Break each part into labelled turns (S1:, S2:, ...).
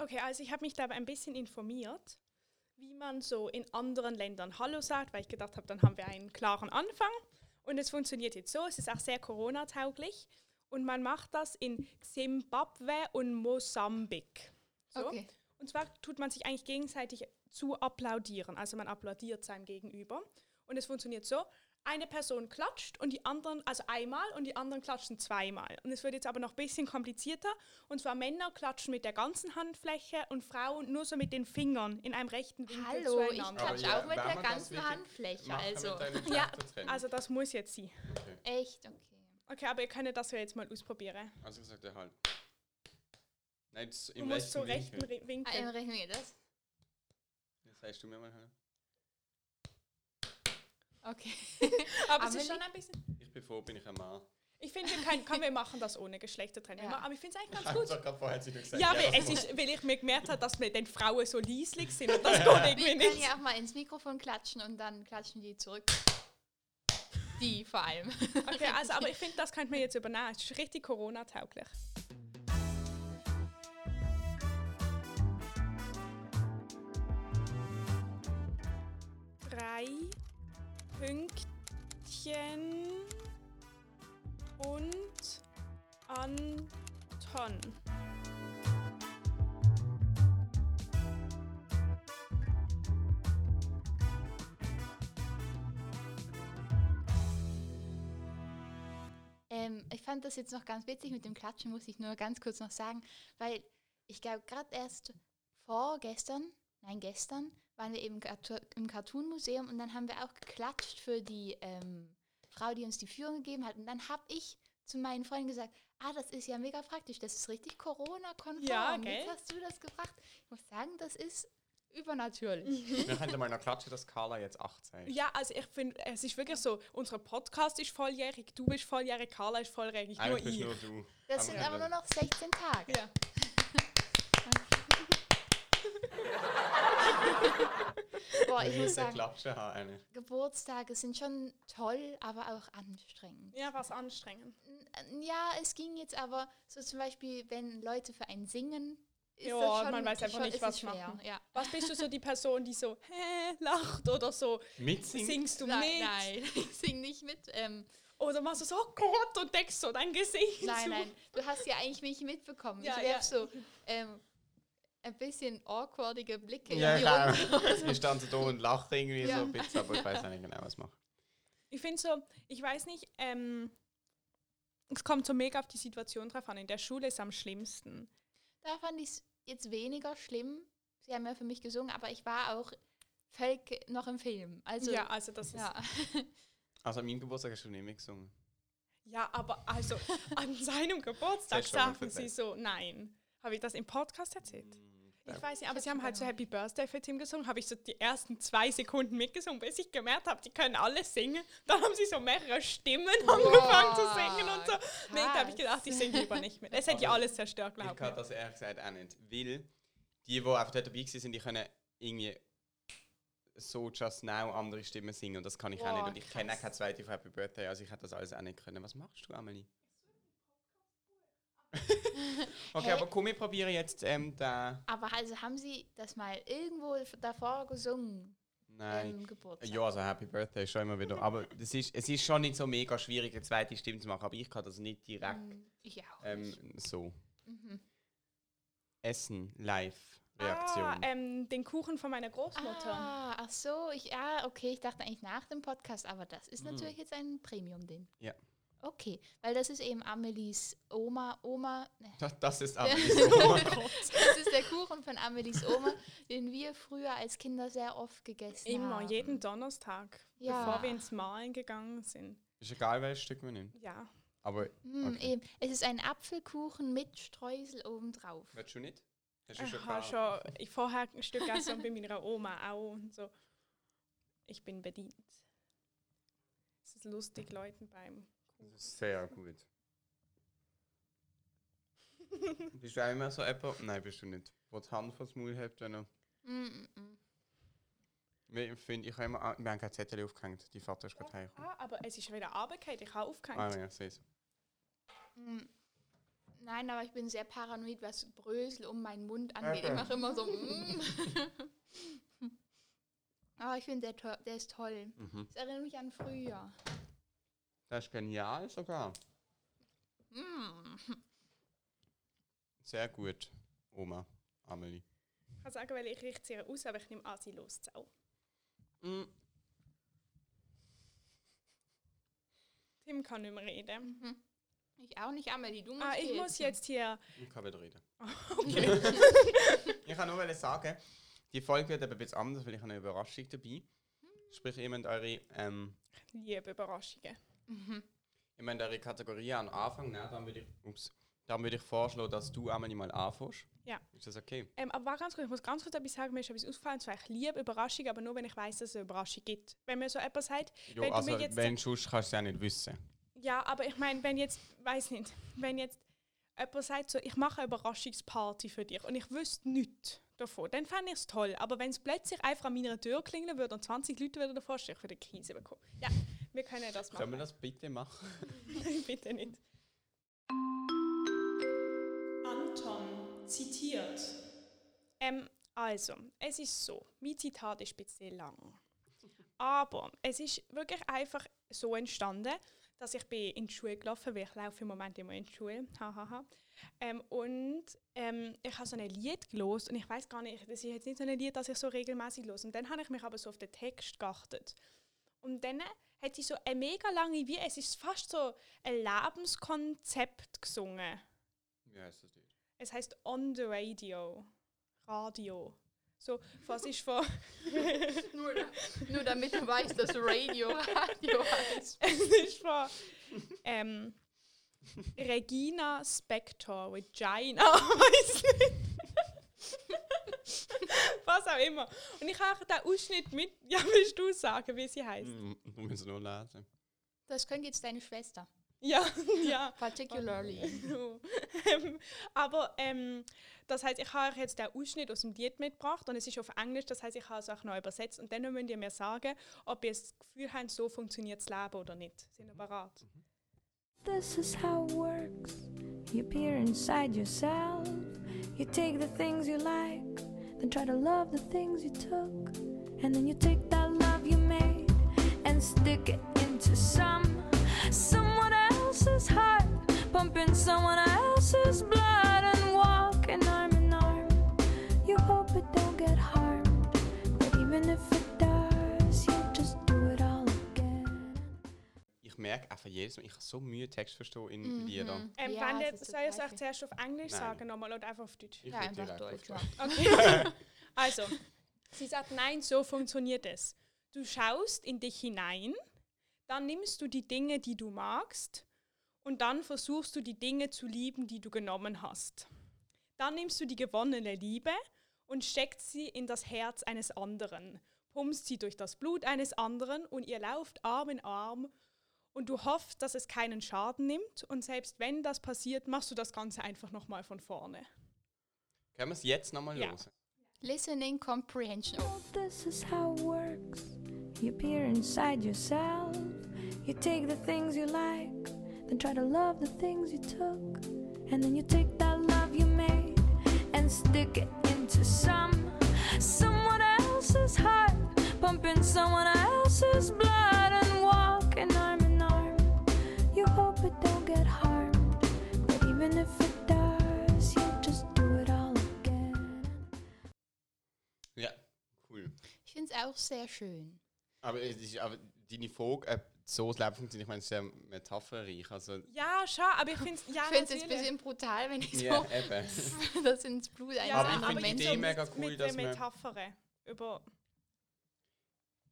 S1: Okay, also ich habe mich da ein bisschen informiert, wie man so in anderen Ländern Hallo sagt, weil ich gedacht habe, dann haben wir einen klaren Anfang. Und es funktioniert jetzt so, es ist auch sehr Corona-tauglich. Und man macht das in Zimbabwe und Mosambik. So.
S2: Okay.
S1: Und zwar tut man sich eigentlich gegenseitig zu applaudieren. Also man applaudiert seinem Gegenüber. Und es funktioniert so, eine Person klatscht und die anderen, also einmal und die anderen klatschen zweimal. Und es wird jetzt aber noch ein bisschen komplizierter. Und zwar Männer klatschen mit der ganzen Handfläche und Frauen nur so mit den Fingern in einem rechten Winkel
S2: Hallo, ich
S1: zueinander.
S2: klatsch
S3: Aber ja,
S2: auch mit
S3: wenn
S2: der
S3: man das
S2: ganzen
S3: wirklich
S2: Handfläche.
S3: Macht er
S2: Also.
S3: Mit deinem
S1: Ja,
S3: Charakter trennen.
S1: Also das muss jetzt sie.
S3: okay.
S2: Echt, okay.
S1: Okay, aber ihr könntet das ja jetzt mal ausprobieren.
S3: Also gesagt, der halt. Nein, das ist
S1: Du
S3: im
S1: musst
S3: rechten
S1: so rechten
S3: Winkel.
S1: Ri-
S2: Ah, im
S1: Winkel.
S2: Rechnen geht das?
S3: Das sagst du mir mal, Hannah.
S2: Okay.
S1: Aber es
S2: Amelie?
S1: ist schon ein bisschen.
S3: Ich bin froh, bin ich ein Mann.
S1: Ich finde, wir können, komm, wir machen das ohne Geschlechtertrennung.
S2: Ja.
S1: Aber ich finde es eigentlich
S3: Ich
S1: ganz
S3: habe
S1: gut.
S3: doch gerade vorher zu dir gesagt. also
S1: Ja,
S3: das
S1: weil, es
S3: muss-
S1: ist, weil ich mir gemerkt habe, dass mit den Frauen so lieslig sind und das geht irgendwie
S2: Wir können
S1: nicht.
S2: ja auch mal ins Mikrofon klatschen und dann klatschen die zurück. Die vor allem.
S1: Okay, also, aber ich finde, das könnte man jetzt übernehmen. Es ist richtig Corona-tauglich. Drei Pünktchen und Anton.
S2: Ähm, ich fand das jetzt noch ganz witzig mit dem Klatschen, muss ich nur ganz kurz noch sagen, weil ich glaube, gerade erst vorgestern, nein, gestern, waren wir eben Carto- im Cartoon-Museum und dann haben wir auch geklatscht für die ähm, Frau, die uns die Führung gegeben hat. Und dann habe ich zu meinen Freunden gesagt, ah, das ist ja mega praktisch, das ist richtig Corona-konform.
S1: Ja, gell?
S2: Jetzt hast du das gebracht. Ich muss sagen, das ist übernatürlich.
S1: Mhm.
S3: Wir könnten mal noch klatschen, dass Carla jetzt 18 ist.
S1: Ja, also ich finde, es ist wirklich so, unser Podcast ist volljährig, du bist volljährig, Carla ist volljährig, nur
S3: Eigentlich
S1: ich.
S3: nur du.
S2: Das sind aber nur noch 16 Tage.
S1: Ja.
S2: Boah, ich
S3: Ich muss
S2: muss
S3: ja
S2: sagen,
S3: klatschen haben. eine.
S2: Geburtstage sind schon toll, aber auch anstrengend.
S1: Ja, was anstrengend.
S2: N- Ja, es ging jetzt aber so zum Beispiel, wenn Leute für einen singen, ist
S1: Ja,
S2: das schon,
S1: man weiß einfach
S2: schon,
S1: nicht,
S2: ist
S1: was
S2: es schwer.
S1: machen.
S2: Ja.
S1: Was bist du so die Person, die so hä, lacht oder so
S3: Mitsingen?
S1: singst du
S2: Nein,
S1: mit
S2: nein, ich sing nicht mit. Ähm,
S1: oder machst du so oh Gott und deckst so dein Gesicht zu.
S2: nein, nein, du hast ja eigentlich mich mitbekommen.
S1: Ja,
S2: ich werf
S1: ja.
S2: so ähm, ein bisschen awkwardige Blicke
S3: Ja,
S2: in die
S3: klar.
S2: Runde.
S3: Ich stand so da und lache irgendwie
S2: Ja.
S3: so ein bisschen, aber ich weiß auch nicht genau, was ich mache.
S1: Ich finde so, ich weiß nicht, ähm, es kommt so mega auf die Situation drauf an. In der Schule ist am schlimmsten.
S2: Da fand ich es jetzt weniger schlimm. Sie haben ja für mich gesungen, aber ich war auch völlig noch im Film. Also,
S1: ja, also das ist ja,
S2: ja.
S3: Also an meinem Geburtstag hast du nicht mehr gesungen.
S1: aber also an seinem Geburtstag
S3: Das ist schon mal
S1: sagen sie
S3: verletzt.
S1: so nein. Habe ich das im Podcast erzählt? Ich weiß nicht, aber sie haben halt so Happy Birthday für Tim gesungen, habe ich so die ersten zwei Sekunden mitgesungen, bis ich gemerkt habe, die können alle singen. Dann haben sie so mehrere Stimmen angefangen
S2: Oh,
S1: zu singen und so. Nee, da habe ich gedacht, ich singe lieber nicht mit. Es hätte ja
S3: Aber
S1: alles zerstört,
S3: Ich
S1: glaube
S3: kann
S1: ich.
S3: das ehrlich gesagt auch nicht. Weil die, die einfach dort dabei waren, die können irgendwie so just now andere Stimmen singen und das kann ich auch nicht.
S2: Boah,
S3: Und ich kenne auch
S2: krass.
S3: keine zweite von Happy Birthday, also ich hätte das alles auch nicht können. Was machst du, Amelie? okay,
S2: Hey.
S3: aber komm, ich probiere jetzt ähm, da.
S2: Aber also haben Sie das mal irgendwo f- davor gesungen?
S3: Nein.
S2: Im Geburtstag?
S3: Ja, also Happy Birthday schon immer wieder. Aber das ist, es ist schon nicht so mega schwierig, eine zweite Stimme zu machen, aber ich kann das nicht direkt
S2: Hm, Ich auch. nicht.
S3: ähm, so.
S2: Mhm.
S3: Essen, Live-Reaktion.
S1: Ah,
S2: äh.
S1: ähm, den Kuchen von meiner Großmutter.
S2: Ah, ach so, ich, ja, okay, ich dachte eigentlich nach dem Podcast, aber das ist natürlich jetzt ein Premium-Ding.
S3: Mm. Ja.
S2: Okay, weil das ist eben Amelies Oma, Oma, ne,
S3: das, das ist aber so.
S2: das ist der Kuchen von Amelies Oma, den wir früher als Kinder sehr oft gegessen
S1: Immer,
S2: haben.
S1: jeden Donnerstag,
S2: Ja.
S1: bevor wir ins Malen gegangen sind.
S3: Ist egal, welches Stück wir nehmen.
S1: Ja.
S3: Aber
S2: Hm,
S3: okay.
S2: eben. Es ist ein Apfelkuchen mit Streusel obendrauf.
S3: willst du nicht? Hast du
S1: Ich habe schon ich vorher ein Stück gegessen und bei meiner Oma auch und so. Ich bin bedient. Es ist lustig, Leuten beim
S3: Das ist sehr gut. bist du auch immer so etwa? Nein, bist du nicht. Wo die Hand vors Maul hebt, wenn er...
S2: Mm, mm, mm.
S3: Wir, find, ich hab immer, ah, wir haben kein Zettel aufgehängt, die Vater ist gerade heimgekommen.
S1: Ah, aber es ist schon wieder Arbeit, ich habe aufgehängt.
S3: Ah ja, sehe es.
S2: Mm. Nein, aber ich bin sehr paranoid, was Brösel um meinen Mund angeht.
S3: Okay.
S2: Ich mache immer so. mm. aber ich finde, der, to- der ist toll.
S3: Mhm.
S2: Das erinnert mich an früher.
S3: Das ist genial sogar.
S2: Mm.
S3: Sehr gut, Oma, Amelie.
S1: Ich kann sagen, weil ich richte sie aus, aber ich nehme an, sie los auch.
S3: Mm.
S1: Tim kann nicht mehr reden.
S2: Ich auch nicht, Amelie. Du musst
S1: Ah, ich muss jetzt hier.
S3: Ich kann wieder reden.
S1: Okay.
S3: Ich kann nur sagen, die Folge wird eben ein bisschen anders, weil ich habe eine Überraschung dabei. Sprich, ihr müsst eure, ähm,
S1: Liebe Überraschungen.
S2: Mhm.
S3: ihr müsst eure Kategorie an den Anfang nehmen. Dann würde ich, ups, dann würde ich vorschlagen, dass du Amelie mal anfängst.
S1: Ja.
S3: Ist das okay?
S1: Ähm, aber warte ganz kurz, ich muss ganz kurz etwas sagen, mir ist etwas ausgefallen. Zwar, ich liebe Überraschungen, aber nur, wenn ich weiß, dass es eine Überraschung gibt. Wenn mir so etwas sagt,
S3: Jo,
S1: Wenn du
S3: also,
S1: mir jetzt-
S3: wenn schon, kannst du es ja nicht wissen.
S1: ja, aber ich meine, wenn jetzt, weiß nicht, wenn jetzt jemand sagt, so, ich mache eine Überraschungsparty für dich und ich wüsste nichts davon, dann fände ich es toll. Aber wenn es plötzlich einfach an meiner Tür klingeln würde und 20 Leute würden davor stehen, ich würde eine Krise bekommen. Ja, wir können das machen.
S3: Können wir das bitte machen?
S1: Nein, bitte nicht. Anton zitiert. Ähm, also, es ist so, mein Zitat ist ein bisschen lang. Aber es ist wirklich einfach so entstanden, dass ich bin in die Schule gelaufen weil ich laufe im Moment immer in die Schule. Hahaha. ähm, und ähm, ich habe so ein Lied gelost und ich weiß gar nicht, das ist jetzt nicht so ein Lied, das ich so regelmäßig los. Und dann habe ich mich aber so auf den Text geachtet. Und dann hat sie so eine mega lange, wie es ist fast so ein Lebenskonzept gesungen.
S3: Wie heißt das nicht?
S1: Es heißt On the Radio. Radio. So, was ist von.
S2: Nur, nur damit du weißt, dass Radio Radio heißt.
S1: es ist von. Ähm, Regina Spector, Regina, weiß nicht. was auch immer. Und ich habe den Ausschnitt mit. Ja, willst du sagen, wie sie heißt?
S3: Mm, wir müssen nur lesen.
S2: Das könnte jetzt deine Schwester.
S1: Ja, ja.
S2: Particularly.
S1: Genau. ähm, aber ähm, das heißt, ich habe euch jetzt den Ausschnitt aus dem Lied mitgebracht und es ist auf Englisch, das heißt, ich habe es auch noch übersetzt und dann müsst ihr mir sagen, ob ihr das Gefühl habt, so funktioniert das Leben oder nicht. Sind ihr bereit?
S4: This is how it works. You peer inside yourself. You take the things you like, then try to love the things you took. And then you take that love you made and stick it into some someone else's heart, pumping someone else's blood and walking arm in arm. You hope it don't get harmed, but even if it does, you just do it all again.
S3: Ich merke einfach jedes Mal, ich habe so Mühe, Text zu verstehen in Liedern.
S1: Ähm,
S2: Mhm. Ja,
S1: wenn
S2: es
S1: ihr,
S2: ist
S1: soll ich es
S2: total
S1: euch zuerst auf Englisch
S3: Nein.
S1: sagen nochmal oder einfach auf Deutsch?
S3: Ich
S2: Ja,
S3: würd
S2: einfach
S3: direkt
S2: Deutsch.
S3: auf-
S2: Ja.
S1: Okay. also, sie sagt, nein, so funktioniert es. Du schaust in dich hinein, dann nimmst du die Dinge, die du magst, und dann versuchst du die Dinge zu lieben, die du genommen hast. Dann nimmst du die gewonnene Liebe und steckst sie in das Herz eines anderen, pumpst sie durch das Blut eines anderen und ihr lauft Arm in Arm und du hoffst, dass es keinen Schaden nimmt und selbst wenn das passiert, machst du das Ganze einfach nochmal von vorne.
S3: Können wir es jetzt nochmal
S1: Ja.
S3: hören?
S2: Listening Comprehension. Oh,
S4: This is how it works. You peer inside yourself. You take the things you like, then try to love the things you took. And then you take that love you made and stick it into some someone else's heart, pumping someone else's blood and walking arm in arm. You hope it don't get harmed, but even if it does, you just do it all again.
S3: Ja, cool.
S2: Ich finde es auch sehr schön.
S3: Aber, es ist, aber deine Frage, ob so das Leben funktioniert, ich meine, es ist sehr metaphorreich. Also,
S1: Ja, schon, aber ich finde es. Ja,
S2: Ich finde es jetzt ein
S1: natürlich.
S2: bisschen brutal, wenn ich so
S3: ja, eben.
S2: das ins Blut eines
S1: Ja,
S3: Aber ich
S2: anderen
S3: finde die
S2: Menschen.
S3: Idee mega cool,
S1: mit
S3: dass
S1: der
S3: man-
S1: Metapher über.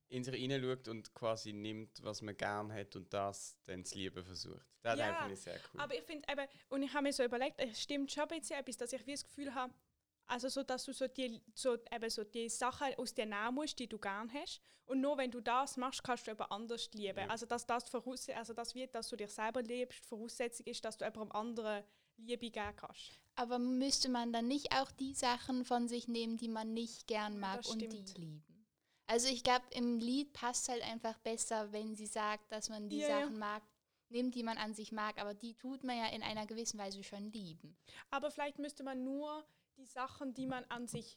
S3: In sich hineinschaut und quasi nimmt, was man gern hat und das dann zu lieben versucht. Das
S1: Ja,
S3: ja, finde ich sehr cool.
S1: Aber ich finde eben, und ich habe mir so überlegt, es stimmt schon ein bisschen etwas, dass ich wie das Gefühl habe, also so, dass du so die, so, eben so die Sachen aus dir nehmen musst, die du gern hast. Und nur wenn du das machst, kannst du jemand anders lieben.
S3: Ja.
S1: Also dass das die Voraus also das wird, dass du dich selber liebst, die Voraussetzung ist, dass du jemandem anderen Liebe geben kannst.
S2: Aber müsste man dann nicht auch die Sachen von sich nehmen, die man nicht gern mag
S1: das
S2: und die
S1: stimmt.
S2: lieben? Also ich glaube, im Lied passt halt einfach besser, wenn sie sagt, dass man die
S1: Ja, ja.
S2: Sachen mag, nimmt, die man an sich mag, aber die tut man ja in einer gewissen Weise schon lieben.
S1: Aber vielleicht müsste man nur die Sachen, die man an sich,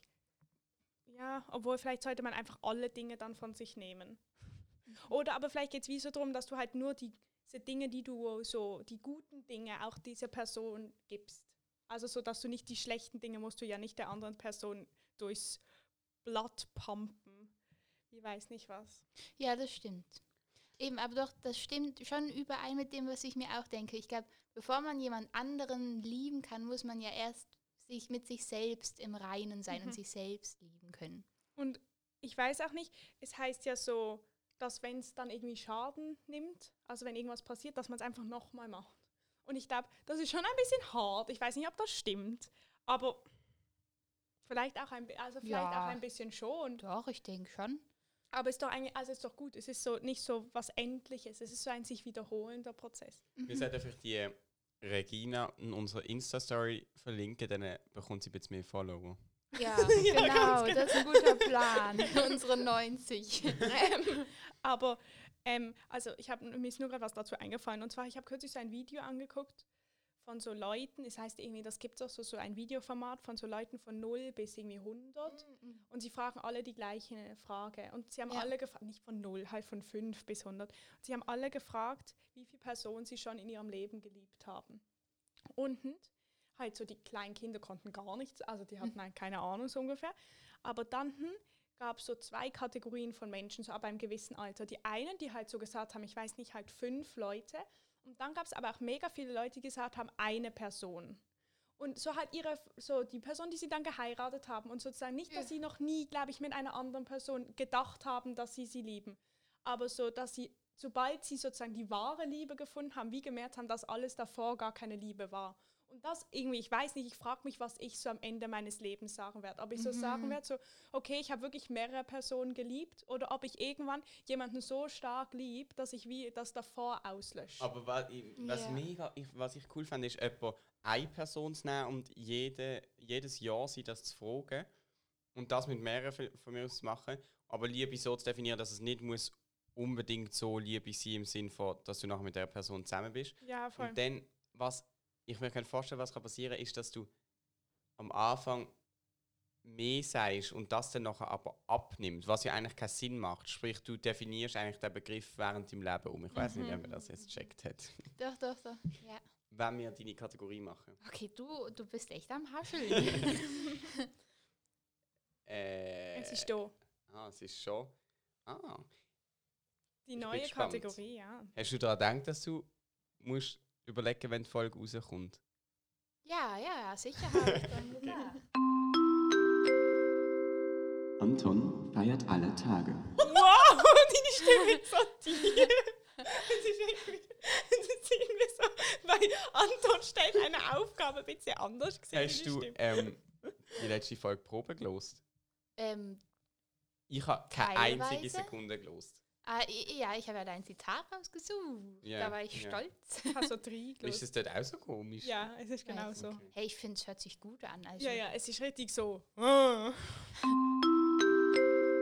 S1: ja, obwohl vielleicht sollte man einfach alle Dinge dann von sich nehmen. Oder aber vielleicht geht es wie so darum, dass du halt nur die, diese Dinge, die du so, die guten Dinge auch dieser Person gibst. Also so, dass du nicht die schlechten Dinge musst du ja nicht der anderen Person durchs Blatt pumpen. Ich weiß nicht was.
S2: Ja, das stimmt. Eben, aber doch, das stimmt schon überein mit dem, was ich mir auch denke. Ich glaube, bevor man jemand anderen lieben kann, muss man ja erst sich mit sich selbst im Reinen sein und sich selbst lieben können.
S1: Und ich weiß auch nicht, es heißt ja so, dass wenn es dann irgendwie Schaden nimmt, also wenn irgendwas passiert, dass man es einfach nochmal macht. Und ich glaube, das ist schon ein bisschen hart. Ich weiß nicht, ob das stimmt, aber vielleicht auch ein, bi- also vielleicht
S2: Ja.
S1: auch ein bisschen schon.
S2: Doch, ich denke schon.
S1: Aber es ist doch eigentlich, also es ist doch gut. Es ist so nicht so was Endliches. Es ist so ein sich wiederholender Prozess.
S3: Wir sollten vielleicht die Regina in unserer Insta-Story verlinken, dann äh, bekommt sie ein bisschen mehr Follower.
S2: Ja,
S1: Ja,
S2: genau,
S1: ganz
S2: das ist ein guter Plan. Unsere 90.
S1: Aber ähm, also ich habe mir ist nur gerade was dazu eingefallen. Und zwar, ich habe kürzlich so ein Video angeguckt von so Leuten. Es heißt irgendwie, das gibt es auch so, so ein Videoformat von so Leuten von 0 bis irgendwie 100. Und sie fragen alle die gleiche Frage. Und sie haben
S2: Mhm. Ja.
S1: alle gefragt, nicht von 0, halt von 5 bis 100. Und sie haben alle gefragt, wie viele Personen sie schon in ihrem Leben geliebt haben. Und halt so die kleinen Kinder konnten gar nichts, also die hatten halt keine Ahnung so ungefähr. Aber dann hm, gab es so zwei Kategorien von Menschen, so ab einem gewissen Alter. Die einen, die halt so gesagt haben, ich weiß nicht, halt fünf Leute. Und dann gab es aber auch mega viele Leute, die gesagt haben, eine Person. Und so halt ihre, so die Person, die sie dann geheiratet haben und sozusagen nicht, dass sie noch nie, glaube ich, mit einer anderen Person gedacht haben, dass sie sie lieben. Aber so, dass sie, sobald sie sozusagen die wahre Liebe gefunden haben, wie gemerkt haben, dass alles davor gar keine Liebe war. Und das irgendwie, ich weiß nicht, ich frage mich, was ich so am Ende meines Lebens sagen werde. Ob ich so sagen werde, so, okay, ich habe wirklich mehrere Personen geliebt oder ob ich irgendwann jemanden so stark lieb, dass ich wie das davor auslösche.
S3: Aber was, ich- was,
S2: Ja.
S3: mega, ich, was ich cool fand, ist, etwa eine Person zu nehmen und jede, jedes Jahr sie das zu fragen und das mit mehreren von- von mir aus zu machen. Aber Liebe so zu definieren, dass es nicht muss unbedingt so Liebe sein im Sinne von, dass du nachher mit der Person zusammen bist.
S1: Ja, voll.
S3: Und dann, was ich mir kann vorstellen was kann passieren ist, dass du am Anfang mehr sagst und das dann nachher aber abnimmt, was ja eigentlich keinen Sinn macht. Sprich, du definierst eigentlich den Begriff während deinem Leben um. Ich weiß nicht,
S1: Mhm.
S3: ob man das jetzt gecheckt hat.
S2: Doch, doch, doch. Ja.
S3: Wenn wir deine Kategorie machen.
S2: Okay, du, du bist echt am Hascheln.
S3: Äh,
S1: Es ist da.
S3: Ah, es ist schon. Ah.
S1: Die
S3: bin
S1: neue
S3: gespannt.
S1: Kategorie, ja.
S3: Hast du daran gedacht, dass du musst überlegen, wenn die Folge rauskommt?
S2: ja, ja, sicher habe ich dran gedacht.
S5: Anton feiert alle Tage.
S1: Wow, die Stimme ist so tief. Das ist irgendwie, das ist irgendwie so, weil Anton stellt eine Aufgabe ein bisschen anders gesehen.
S3: Hast du ähm, die letzte Folge Probe gelost?
S2: Ähm,
S3: Ich habe keine einzige
S2: Teilweise.
S3: Sekunde gelost.
S2: ah, i- ja, ich habe ja dein Zitat rausgesucht.
S3: Ja,
S2: da war ich
S3: ja.
S2: stolz.
S1: Ich habe so drei
S3: Ist
S1: gelesen.
S3: es dort auch so komisch?
S1: Ja, es ist genau
S2: Weiß
S1: so.
S2: Also, Hey, ich finde, es hört sich gut an. Also.
S1: Ja, ja, es ist richtig so. Ah. Ich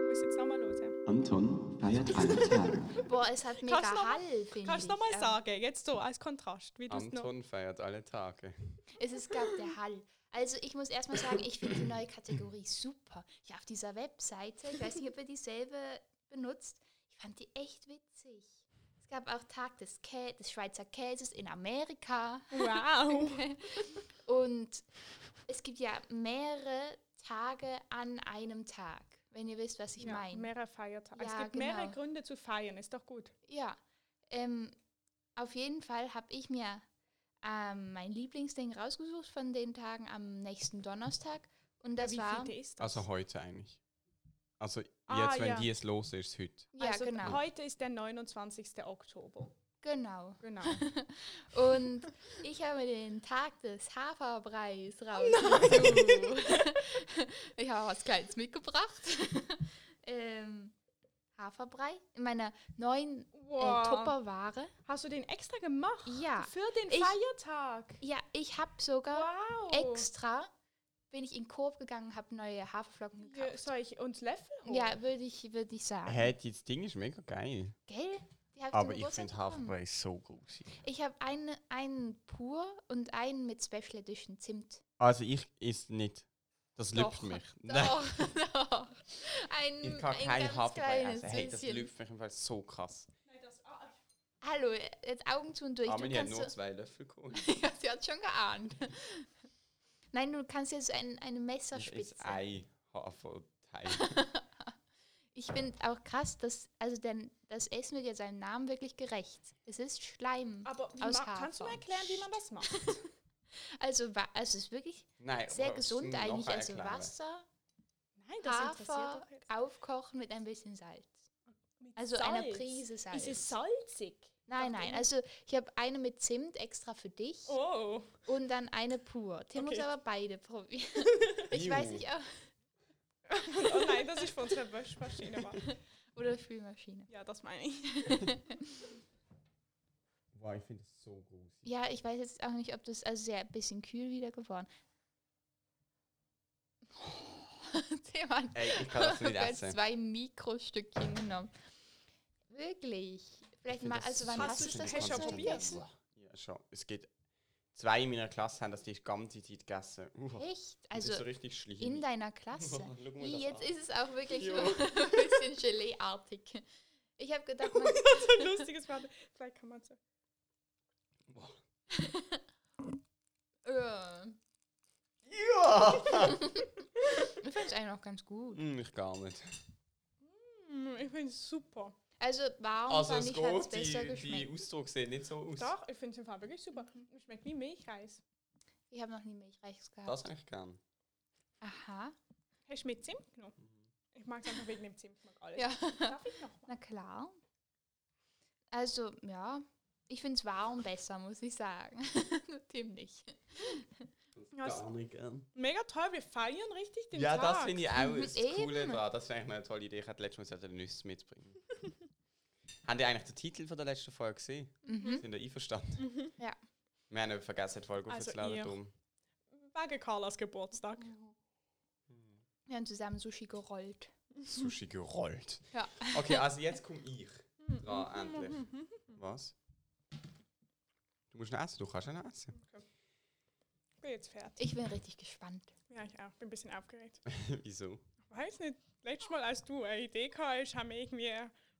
S1: muss jetzt nochmal los. Ja.
S5: Anton feiert alle Tage.
S2: Boah, es hat mega
S1: Kannst du noch-
S2: Hall, finde ich.
S1: Kannst du nochmal
S2: Aber
S1: sagen, jetzt so als Kontrast, wie du es noch.
S3: Anton feiert alle Tage.
S2: Es ist, glaube der Hall. Also ich muss erstmal sagen, ich finde die neue Kategorie super. Ja, auf dieser Webseite, ich weiß nicht, ob ihr dieselbe benutzt, ich fand die echt witzig. Es gab auch Tag des, Kä des Schweizer Käses in Amerika.
S1: Wow.
S2: Und es gibt ja mehrere Tage an einem Tag, wenn ihr wisst, was ich
S1: Ja,
S2: meine.
S1: mehrere Feiertage. es
S2: Ja,
S1: gibt mehrere
S2: genau.
S1: Gründe zu feiern, ist doch gut.
S2: Ja, ähm, auf jeden Fall habe ich mir ähm, mein Lieblingsding rausgesucht von den Tagen am nächsten Donnerstag. Und das
S1: wie
S2: war.
S1: viel ist das?
S3: Also heute eigentlich. Also jetzt,
S1: Ah,
S3: wenn
S1: ja.
S3: die es los ist, ist heute.
S2: Ja,
S1: also
S2: genau.
S1: Heute ist der 29. Oktober.
S2: Genau.
S1: Genau.
S2: Und ich habe den Tag des Haferbreis rausgesucht. ich habe was Kleines mitgebracht. ähm, Haferbrei in meiner neuen äh, Tupperware.
S1: Hast du den extra gemacht?
S2: Ja.
S1: Für den
S2: Ich-
S1: Feiertag.
S2: Ja, ich habe sogar
S1: Wow.
S2: extra, bin ich in den Coop gegangen, habe neue Haferflocken
S1: Ja,
S2: gekauft.
S1: Soll ich uns Löffel holen?
S2: Ja, würde ich, würd ich sagen.
S3: Hey, das Ding ist mega geil.
S2: Gell? Die Die habe
S3: Aber
S2: zum
S3: ich
S2: Geburtstag
S3: finde
S2: bekommen.
S3: Haferbrei so gruselig.
S2: Ich habe eine, einen pur und einen mit Special Edition Zimt.
S3: Also ich isst nicht. Das
S2: Doch.
S3: lüpft mich.
S2: Doch, doch. Ein,
S3: Ich kann
S2: ein
S3: kein
S2: ganz
S3: Haferbrei
S2: kleines
S3: essen. Also, Hey, das
S2: bisschen.
S3: lüpft mich im Fall so krass.
S1: ah,
S2: Hallo, jetzt Augen zu und durch.
S3: Amelie hat
S2: kannst
S3: Ah, nur
S2: so-
S3: zwei Löffel geholt.
S2: ja, sie hat schon geahnt. Nein, du kannst jetzt ein, eine
S3: Das
S2: Messerspitze.
S3: ist ein Haferteig.
S2: Ich finde auch krass, dass also denn das Essen wird ja seinem Namen wirklich gerecht. Es ist Schleim.
S1: Aber wie
S2: Aus
S1: ma- kannst du mir
S2: Hafer.
S1: erklären, wie man das macht?
S2: Also, wa- also es ist wirklich
S3: Nein,
S2: sehr
S3: aber es
S2: gesund
S3: muss noch
S2: eigentlich.
S3: einer
S2: Also
S3: erklären.
S2: Wasser,
S1: Nein, das interessiert
S2: Hafer
S1: doch jetzt.
S2: aufkochen mit ein bisschen Salz.
S1: Mit
S2: Also einer
S1: Salz.
S2: Prise Salz.
S1: Ist es salzig?
S2: Nein,
S1: Doch,
S2: nein.
S1: oder?
S2: Also ich habe eine mit Zimt extra für dich
S1: Oh.
S2: und dann eine pur. Tim muss
S1: Okay.
S2: aber beide probieren. ich weiß
S3: Juhu.
S2: nicht, ob,
S1: oh nein, das ist für unsere Waschmaschine. Mann.
S2: oder Spülmaschine.
S1: Ja, das meine ich.
S3: Wow, ich finde das so gruselig.
S2: Ja, ich weiß jetzt auch nicht, ob das also sehr bisschen kühl wieder geworden. Tim hat
S3: Ey, ich kann das nicht
S2: sogar
S3: essen.
S2: zwei Mikrostückchen genommen. Wirklich. Vielleicht
S3: Ich
S2: mal,
S3: find das
S2: also wann
S3: so
S2: hast du
S1: schlimm. Hast
S2: das
S1: du
S2: letzte
S1: schon
S2: Mal
S1: probiert?
S2: gegessen?
S3: Ja, schon. Es geht. Zwei in meiner Klasse haben das die ganze Zeit gegessen. Uah, das
S2: Echt?
S3: ist so
S2: Also
S3: richtig schlimm.
S2: in deiner Klasse.
S3: Schau mal
S2: Ih,
S3: das
S2: Jetzt
S3: an.
S2: ist es auch wirklich
S3: Jo.
S2: nur ein bisschen Gelee-artig. Ich habe gedacht, man,
S1: Das ist ein lustiges Wort. Vielleicht kann man so.
S3: Boah.
S2: äh,
S3: Ja!
S2: ich fand es eigentlich noch ganz gut.
S3: Hm, ich gar nicht.
S1: Mm, Ich finde es super.
S2: Also warm
S3: Also
S2: fand
S3: es
S2: ich, hat es
S3: geht,
S2: besser
S3: die, die
S2: geschmeckt.
S3: Ausdruck sehen nicht so aus.
S1: Doch, ich finde es im Fall wirklich super.
S2: Mhm.
S1: Es schmeckt wie Milchreis.
S2: Ich habe noch nie Milchreis gehabt.
S3: Das eigentlich gern.
S2: Aha,
S1: Hast du mit Zimt genommen?
S3: Mhm.
S1: Ich mag es einfach wegen dem Zimt. Ich mag alles.
S2: Ja.
S1: Darf ich noch mal?
S2: na klar. Also, ja, ich finde es warm besser, muss ich sagen. Tim nicht.
S1: Ja, es-
S3: nicht gern.
S1: Mega toll, wir feiern richtig den
S3: Ja,
S1: Tag.
S3: das finde ich auch das
S2: Eben.
S3: Coole daran. Das wäre eigentlich noch eine tolle Idee. Ich hätte letztes Mal sollte Nüsse mitbringen. Haben die eigentlich den Titel von der letzten Folge gesehen?
S2: Mhm.
S3: Sind ihr einverstanden?
S2: Ja.
S3: Wir haben eben vergessen, die Folge
S1: Also
S3: aufzuladen.
S1: ihr.
S3: darum.
S1: Wegen Carlas Geburtstag.
S2: Mhm. Wir haben zusammen Sushi gerollt.
S3: Sushi gerollt.
S2: Ja. Hm.
S3: Okay, also jetzt komme ich dran, endlich. Was? Du musst noch essen, du kannst ja noch essen.
S1: Bin jetzt fertig.
S2: Ich bin richtig gespannt.
S1: Ja, ich auch. Bin ein bisschen aufgeregt.
S3: Wieso?
S1: Weiß nicht, letztes Mal, als du eine Idee hattest, haben wir irgendwie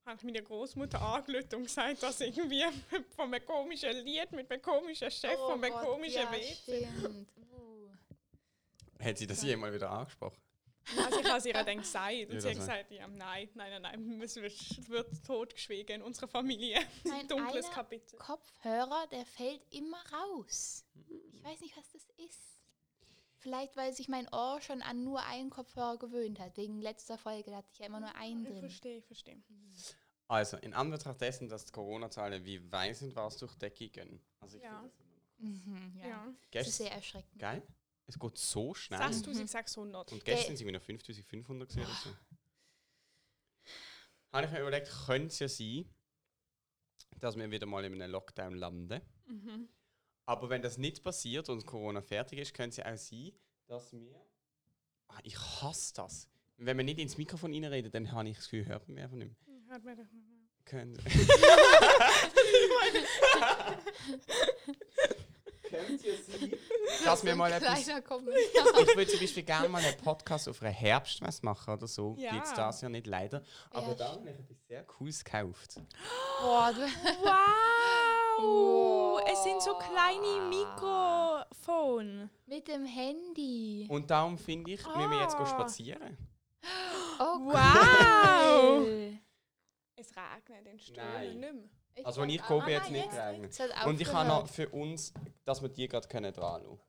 S1: habe ich meine Großmutter angelötet und gesagt, dass irgendwie von einem komischen Lied mit einem komischen Chef, von einem
S2: Oh Gott,
S1: komischen
S2: ja,
S1: Weg.
S2: stimmt. Uh.
S3: Hat sie das jemals wieder angesprochen?
S1: Also ich habe es ihr dann gesagt und
S3: Ja,
S1: sie hat
S3: das
S1: gesagt, ja, nein, nein, nein, nein, es wird, wird totgeschwiegen in unserer Familie.
S2: Mein
S1: Dunkles
S2: einer
S1: Kapitel.
S2: Kopfhörer, der fällt immer raus. Ich weiß nicht, was das ist. Vielleicht, weil sich mein Ohr schon an nur einen Kopfhörer gewöhnt hat. Wegen letzter Folge da hatte ich ja immer nur einen
S1: Ich
S2: drin.
S1: verstehe, ich verstehe.
S3: Also, in Anbetracht dessen, dass die Corona-Zahlen wie weiß nicht was durch die Decke gehen. Also ich
S1: Ja.
S3: finde das
S2: Mhm,
S1: Ja.
S2: ja. Das ist
S3: Gestern,
S2: sehr erschreckend.
S3: geil? Es geht so schnell.
S2: Mhm.
S1: 6600.
S3: Und gestern
S2: Gell.
S3: sind wir noch 5500 gewesen oder so. Habe ich mir überlegt, könnte es ja sein, dass wir wieder mal in einem Lockdown landen. Aber wenn das nicht passiert und Corona fertig ist, könnte es ja auch sein, dass wir. Ah, ich hasse das. Wenn man nicht ins Mikrofon reinredet, dann habe ich das Gefühl, hört man mich einfach nicht mehr.
S1: Hört mir doch mal.
S3: Können. Könnt ihr sie? Dass wir
S2: Ein
S3: mal etwas.
S2: kleiner
S3: Ich
S2: Kommentar.
S3: würde zum Beispiel gerne mal einen Podcast auf einer Herbstmesse machen oder so.
S1: Ja.
S3: Gibt es das ja nicht leider. Aber
S2: Ja,
S3: da habe ich etwas sehr Cooles gekauft.
S2: Boah, du-
S1: Wow!
S2: Oh.
S1: Es sind so kleine Mikrofone.
S2: mit dem Handy.
S3: Und darum finde ich, müssen wir jetzt gehen spazieren.
S2: Oh,
S1: Wow!
S2: cool.
S1: Es regnet in
S3: Nein.
S1: Stunden nicht mehr.
S3: Also, wenn ich
S2: Ah,
S3: gehe, bin
S2: nein,
S3: jetzt nicht geregnet.
S2: Es hat
S3: Und ich habe
S2: aufgehört.
S3: noch für uns, dass wir die gerade können dran schauen.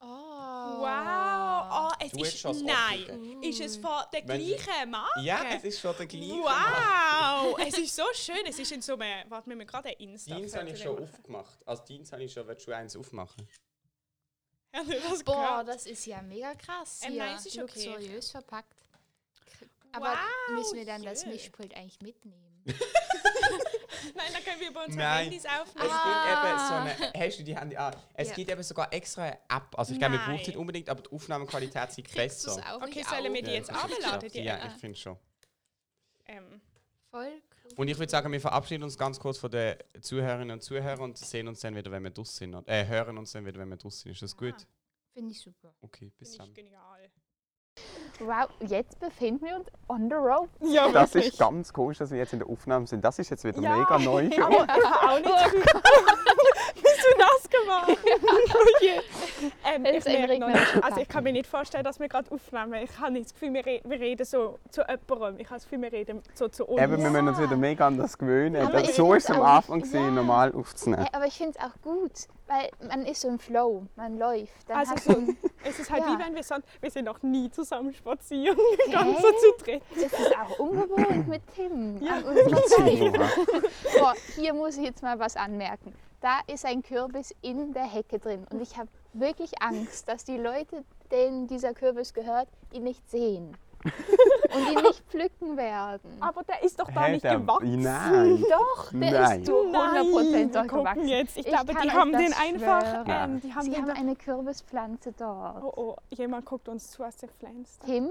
S2: Oh.
S1: Wow! Oh, es
S3: Du hättest
S1: ist.
S3: schon das
S1: Nein!
S3: Optische.
S1: Ist es von der
S3: Wenn sie-
S1: gleichen Mann?
S3: Ja, es ist schon der gleiche. Mann.
S1: Wow! es ist so schön. Es ist in so einem. Warte, wir müssen gerade einen Insta.
S3: Deins habe ich schon aufgemacht. Also Deins habe ich schon, willst du eins aufmachen?
S1: Hast du das
S2: Boah,
S1: gehört?
S2: das ist ja mega krass.
S1: Ähm,
S2: hier.
S1: nein, es ist okay.
S2: Luxuriös verpackt. Aber
S1: Wow,
S2: müssen wir dann das
S1: schön.
S2: Mischpult eigentlich mitnehmen?
S1: Nein, dann können wir bei unseren
S3: Nein.
S1: Handys
S3: Es
S1: aufnehmen.
S2: Ah.
S3: gibt eben so eine. Hast du die Handy? Ah, es
S2: Ja.
S3: gibt eben sogar extra eine App. Also ich glaube, wir
S1: Nein.
S3: brauchen nicht unbedingt, aber die Aufnahmequalität sieht
S2: Kriegst du es
S3: besser.
S2: auch
S1: Okay,
S2: nicht
S1: sollen wir
S2: auf?
S1: die jetzt
S3: das ist
S1: abladen?
S3: geschafft.
S1: Die
S3: Ja,
S1: App?
S3: ich finde schon.
S1: Ähm,
S2: Voll
S3: Und ich würde sagen, wir verabschieden uns ganz kurz von den Zuhörerinnen und Zuhörern und sehen uns dann wieder, wenn wir draußen sind. oder- Äh, hören uns dann wieder, wenn wir draußen sind. Ist das gut?
S6: Finde ich super.
S3: Okay, bis
S1: Finde ich
S3: dann.
S1: genial.
S7: Wow, jetzt befinden wir uns on the road.
S1: Ja,
S3: ganz komisch, dass wir jetzt in der Aufnahme sind. Das ist jetzt wieder
S1: Ja. mega
S3: neu für
S1: Aber das war auch
S6: Oh
S1: nicht gut. Bist du nass geworden? oh je. Ähm,
S7: Es
S1: ich,
S7: ist ein
S1: merke noch,
S7: regnerischer
S1: also ich
S7: Tag.
S1: kann mir nicht vorstellen, dass wir gerade aufnehmen. Ich habe nicht das Gefühl, wir, re wir reden so zu jemandem. Ich habe das Gefühl, wir reden so zu uns.
S3: Eben, wir müssen uns wieder mega an das gewöhnen.
S6: Aber
S3: das,
S6: ich
S3: so
S6: finde
S3: ist es am
S6: auch-
S3: Anfang, gewesen,
S6: ja. Äh,
S3: normal aufzunehmen.
S6: Hey, aber ich finde es auch gut, weil man ist so im Flow, man läuft. Dann
S1: Also
S6: hat
S1: so-
S6: man,
S1: Es ist halt
S6: Ja.
S1: wie wenn wir sind, wir sind noch nie zusammen spazieren gegangen, so zu dritt.
S6: das ist auch ungewohnt mit Tim.
S1: Ja.
S6: an unserer Seite.
S3: Oha.
S6: Boah, hier muss ich jetzt mal was anmerken. Da ist ein Kürbis in der Hecke drin und ich habe wirklich Angst, dass die Leute, denen dieser Kürbis gehört, ihn nicht sehen und ihn nicht pflücken werden.
S1: Aber der ist doch da
S3: Hey,
S1: nicht
S3: der-
S1: gewachsen.
S3: Nein.
S6: Doch, der
S3: Nein.
S6: ist zu 100%
S1: wir gucken
S6: durchgewachsen.
S1: jetzt. Ich, glaube,
S6: kann
S1: die
S6: euch
S1: haben
S6: das
S1: den einfach.
S6: schwören.
S1: Ähm, die haben
S6: Sie
S1: den
S6: haben
S1: da-
S6: eine Kürbispflanze dort.
S1: oh, oh, jemand guckt uns zu aus der Fenster.
S6: Tim,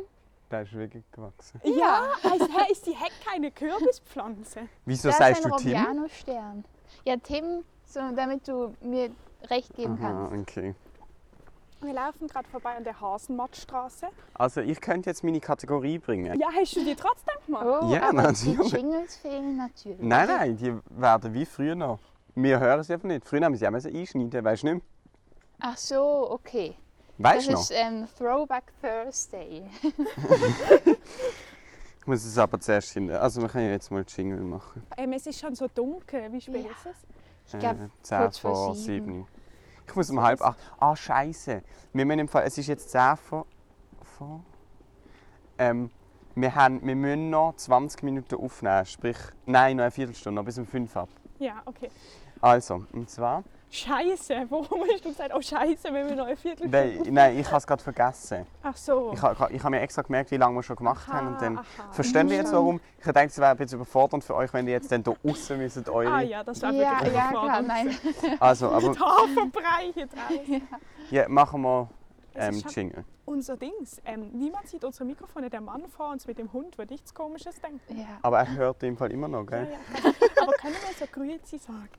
S3: Der ist wirklich gewachsen.
S1: Ja, als hä, ist die Heck keine Kürbispflanze.
S3: Wieso
S6: das
S3: sagst
S6: ist
S3: du
S6: ein
S3: Tim?
S6: Robiano-Stern. Ja, Tim, so, damit du mir recht geben
S3: Ah,
S6: kannst.
S3: okay.
S1: Wir laufen gerade vorbei an der Hasenmattstraße.
S3: Also, ich könnte jetzt meine Kategorie bringen.
S1: Ja, hast du die trotzdem gemacht?
S6: Oh,
S3: Ja,
S6: aber
S3: natürlich.
S6: die Jingles fehlen natürlich.
S3: Nein, nein, die werden wie früher noch. Wir hören sie einfach nicht. Früher haben wir sie auch müssen einschneiden, weißt du nicht? mehr?
S6: Ach so, okay.
S3: Weißt du
S6: das
S3: noch?
S6: ist ähm, Throwback Thursday.
S3: Ich muss es aber zuerst hin. Also, wir können ja jetzt mal Jingle machen.
S1: Ähm, es ist schon so dunkel. Wie spät
S6: Ja.
S1: ist es?
S6: Ich glaub,
S3: Äh,
S6: kurz vor
S3: vor
S6: sieben.
S3: 7. Ich muss um halb acht. Ah, Scheiße. Wir müssen im Fall, es ist jetzt 10 vor. vor ähm, wir, haben, wir müssen noch 20 Minuten aufnehmen. Sprich, nein, noch eine Viertelstunde, noch bis um 5 ab.
S1: Ja, okay.
S3: Also, und zwar.
S1: Scheiße, warum hast du gesagt, oh Scheiße, wenn wir noch eine Viertelstunde.
S3: Nein, nein ich habe es gerade vergessen.
S1: Ach so.
S3: Ich habe ich hab mir extra gemerkt, wie lange wir schon gemacht haben.
S6: Ah.
S3: Und dann
S1: Aha, aha.
S3: verstehen wir jetzt, warum. Ich denke, es wäre ein bisschen überfordernd für euch, wenn ihr jetzt dann hier außen müsst. Eure.
S1: Ah ja, das war
S6: ja,
S1: wirklich
S6: ja, klar.
S1: überfordernd.
S6: Nein.
S3: Also, aber
S1: Haferbrei hier draußen.
S3: ja, machen wir
S1: Es
S3: ähm,
S1: ist schon-
S3: Jingle.
S1: Unser Dings. Ähm, niemand sieht unsere Mikrofone. Der Mann vor uns mit dem Hund würde nichts Komisches denken.
S6: Ja.
S3: Aber er hört im Fall immer noch, gell?
S1: Ja, ja. Aber können wir so Grüezi sagen?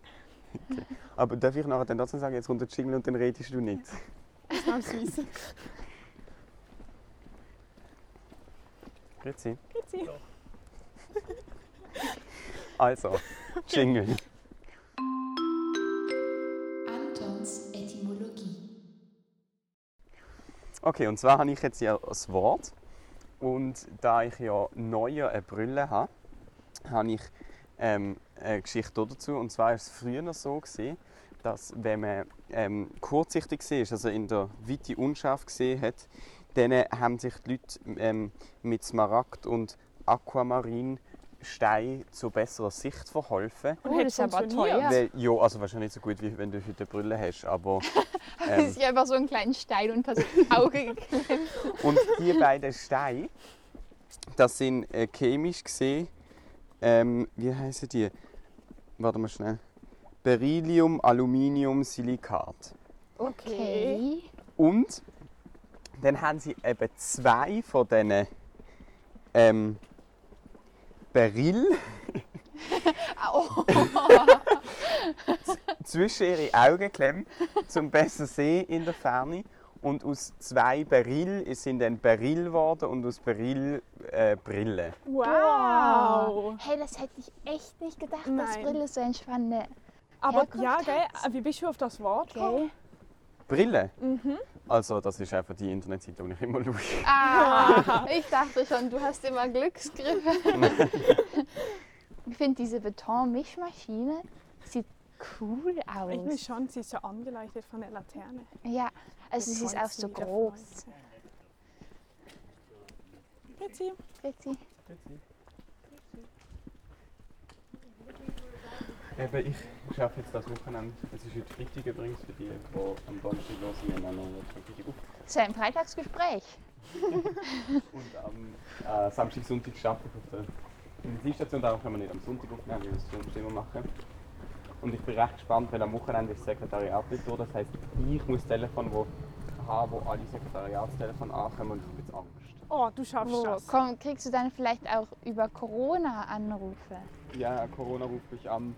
S3: Aber darf ich nachher dann trotzdem sagen, jetzt runter Jingle und dann redest du nicht?
S1: Ausnahmsweise.
S3: Grüezi.
S6: Oh,
S1: Grüezi.
S3: Also, Jingle.
S2: Antons Etymologie.
S3: Okay, und zwar habe ich jetzt ja das Wort. Und da ich ja neuer eine Brille habe, habe ich ähm, eine Geschichte dazu. Und zwar war es früher noch so, gewesen, dass wenn man ähm, kurzsichtig war, also in der Weite unscharf gesehen hat, dann haben sich die Leute ähm, mit Smaragd und Aquamarin Stein zu besserer Sicht verholfen.
S1: Und
S6: Oh,
S1: hat
S6: das ist aber
S1: funktioniert.
S6: teuer. Ja.
S3: Weil, ja, also wahrscheinlich nicht so gut, wie wenn du heute eine Brille hast, aber...
S6: Das
S3: Ähm,
S6: ist ja einfach so einen kleinen Stein unter das Auge geklemmt.
S3: und die beiden Steine, das sind äh, chemisch gesehen, ähm, wie heißen die? Warte mal schnell. Beryllium, Aluminium, Silikat.
S6: Okay.
S3: Und dann haben sie eben zwei von diesen ähm, Beryl
S6: Oh,
S3: zwischen ihre Augen geklemmt, zum besser sehen in der Ferne. Und aus zwei Beryl sind dann Beryl geworden und aus Beryl äh, Brille.
S1: Wow.
S6: Hey, das hätte ich echt nicht gedacht, dass
S1: Nein.
S6: Brille so ne? eine spannende.
S1: Aber
S6: Herkunft
S1: ja, gell? äh,
S6: hat's.
S1: Wie bist du auf das Wort gekommen?
S6: Gell?
S3: Brille? Also, das ist einfach die Internetseite, die ich immer schaue.
S6: Ah, ich dachte schon, du hast immer Glücksgriffe. ich finde diese Betonmischmaschine sieht cool
S1: Ich
S6: aus.
S1: bin schon, sie ist so angeleuchtet von der Laterne.
S6: Ja, also sie
S1: Jetzt
S6: ist auch
S1: freut sie
S6: so
S1: wieder,
S6: groß.
S1: Grüezi.
S6: Richtig.
S3: Eben, ich schaffe jetzt das Wochenende. Es ist heute Freitag übrigens für die, die am Donnerstag los sind. Am Freitag auf.
S6: So ein Freitagsgespräch.
S3: Und am äh, Samstag, Sonntag arbeite ich auf der Intensivstation. Darum können wir nicht am Sonntag aufnehmen, weil wir es sonst immer machen. Und ich bin recht gespannt, weil am Wochenende ist das Sekretariat nicht da. Das heisst, ich muss das Telefon wo, haben, wo alle Sekretariatstelefon ankommen und ich habe jetzt Angst.
S1: Oh, du schaffst
S6: Wo
S1: das.
S6: komm, kriegst du dann vielleicht auch über Corona Anrufe?
S3: Ja, Corona ruft mich an.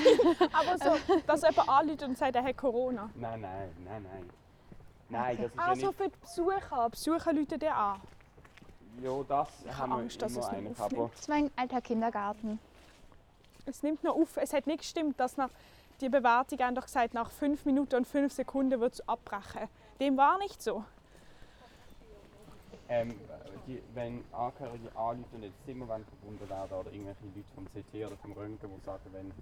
S1: Aber so, dass jemand anruft und sagt, er hat Corona.
S3: Nein, nein, nein, nein. Nein, das ist
S1: Also
S3: ja
S1: für die Besucher. Besucher rufen dir an.
S3: nicht... Ja, das ich haben wir
S1: Angst, dass
S3: immer
S1: es nicht
S3: einen,
S1: aufnimmt.
S3: aber...
S6: Das ist mein alter Kindergarten.
S1: Es nimmt noch auf. Es hat nicht gestimmt, dass nach die Bewertung einfach gesagt nach 5 Minuten und 5 Sekunden wird es abbrechen. Dem war nicht so.
S3: Ähm, die, wenn Angehörige anrufen und jetzt Zimmer wollen verbunden werden oder irgendwelche Leute vom CT oder vom Röntgen, die sagen, wenn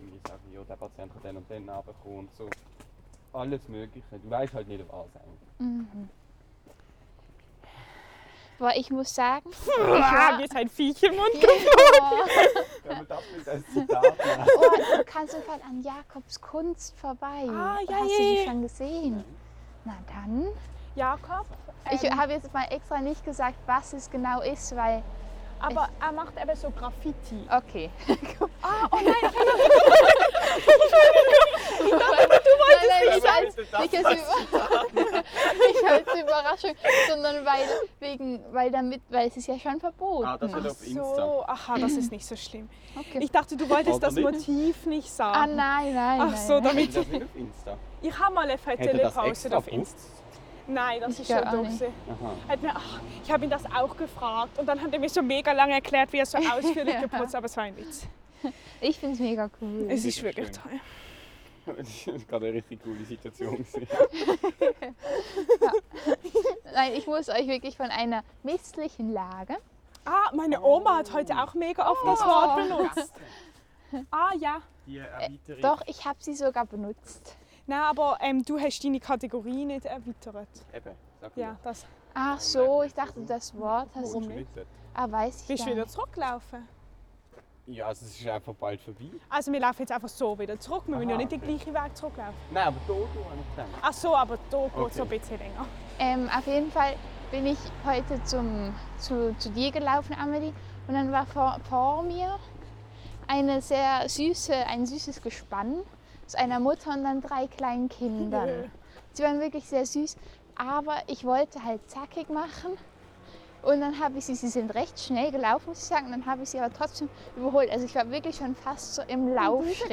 S3: irgendwie sagen, ja, der Patient hat den und den abbekommen und so. Alles Mögliche. Du weißt halt nicht, was eigentlich.
S6: Boah, ich muss sagen,
S1: Ah, jetzt ein Viech im Mund.
S3: Wenn man das mit als Zitat macht.
S6: oh, du kannst im Fall an Jakobs Kunst vorbei.
S1: Ah, ja,
S6: Hast
S1: ja,
S6: du
S1: ja.
S6: sie schon gesehen? Na dann.
S1: Jakob,
S6: Ich
S1: Ähm.
S6: habe jetzt mal extra nicht gesagt, was es genau ist, weil.
S1: aber er macht eben so Graffiti.
S6: Okay.
S1: Oh,
S2: Nein, nein,
S3: Wenn man mit das
S2: nicht als
S6: Ich als Überraschung, sondern weil wegen, weil damit, weil es ist ja schon verboten.
S3: Ah, das wird auf Insta.
S1: So, aha, das ist nicht so schlimm.
S6: Okay.
S1: Ich dachte, du wolltest
S3: Oder
S1: das
S3: nicht?
S1: Motiv nicht
S6: ah
S1: sagen.
S6: nein, nein.
S1: Ach
S6: nein,
S1: so,
S6: nein.
S1: damit.
S3: Ist das nicht auf Insta?
S1: Ich habe mal eine
S3: Hat er
S1: fette
S3: das
S1: Pause
S3: extra
S1: auf Insta.
S3: geputzt?
S1: Nein, das
S6: Ich
S1: ist
S6: glaub
S1: schon
S6: auch
S1: doof.
S6: nicht.
S1: gewesen.
S3: Aha.
S1: Hat mir, ach, ich habe ihn das auch gefragt und dann hat er mir so mega lange erklärt, wie er so ausführlich geputzt, aber es war ein Witz.
S6: Ich finde es mega cool.
S1: Es ist wirklich
S3: Wirklich schön.
S1: toll.
S3: Das ist gerade eine richtig coole Situation. gewesen.
S6: Nein, ich muss euch wirklich von einer misslichen Lage.
S1: Ah, meine
S6: Oh.
S1: Oma hat heute auch mega oft das Wort benutzt. Ah ja.
S3: Die Erweiterung.
S6: Äh, Doch, ich habe sie sogar benutzt.
S1: Nein, aber ähm, du hast deine Kategorie nicht erweitert.
S3: Eben, sag
S1: Ja,
S3: mal.
S1: das.
S6: Ach so, ich dachte, das Wort hast du
S3: Und
S6: nicht.
S3: schnitzen.
S6: Ah, weiß ich
S1: Bist du
S6: gar
S1: wieder
S6: nicht.
S1: zurückgelaufen?
S3: Ja, also es ist einfach bald vorbei.
S1: Also wir laufen jetzt einfach so wieder zurück. Wir müssen ja
S3: Aha,
S1: nicht den
S3: okay.
S1: gleichen Weg zurücklaufen.
S3: Nein, aber Dodo habe ich gedacht.
S1: Ach so, aber da geht es
S3: Okay.
S1: ein bisschen länger.
S6: Ähm, auf jeden Fall bin ich heute zum, zu, zu dir gelaufen, Amelie. Und dann war vor, vor mir eine sehr süße, ein süßes Gespann aus einer Mutter und dann drei kleinen Kindern. Sie waren wirklich sehr süß, aber ich wollte halt zackig machen. Und dann habe ich sie, sie sind recht schnell gelaufen, muss ich sagen, und dann habe ich sie aber trotzdem überholt. Also ich war wirklich schon fast so im
S1: Durch die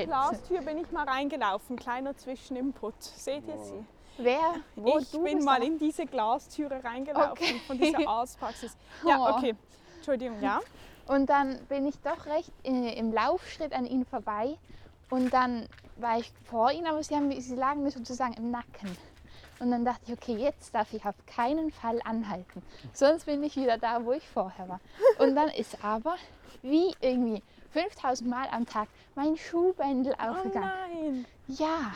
S6: Laufschritt.
S1: Glastür bin ich mal reingelaufen. Kleiner Zwischeninput. Seht ihr sie?
S6: Wer? Wo
S1: ich
S6: du
S1: bin
S6: bist
S1: mal
S6: da?
S1: in diese Glastüre reingelaufen
S6: Okay.
S1: von dieser Arztpraxis. Ja,
S6: Oh.
S1: okay. Entschuldigung, ja.
S6: Und dann bin ich doch recht äh, im Laufschritt an ihnen vorbei. Und dann war ich vor ihnen, aber sie, haben, sie lagen mir sozusagen im Nacken. Und dann dachte ich, okay, jetzt darf ich auf keinen Fall anhalten. Sonst bin ich wieder da, wo ich vorher war. Und dann ist aber, wie irgendwie 5000 Mal am Tag, mein Schuhbändel
S1: Oh
S6: aufgegangen.
S1: nein.
S6: ja.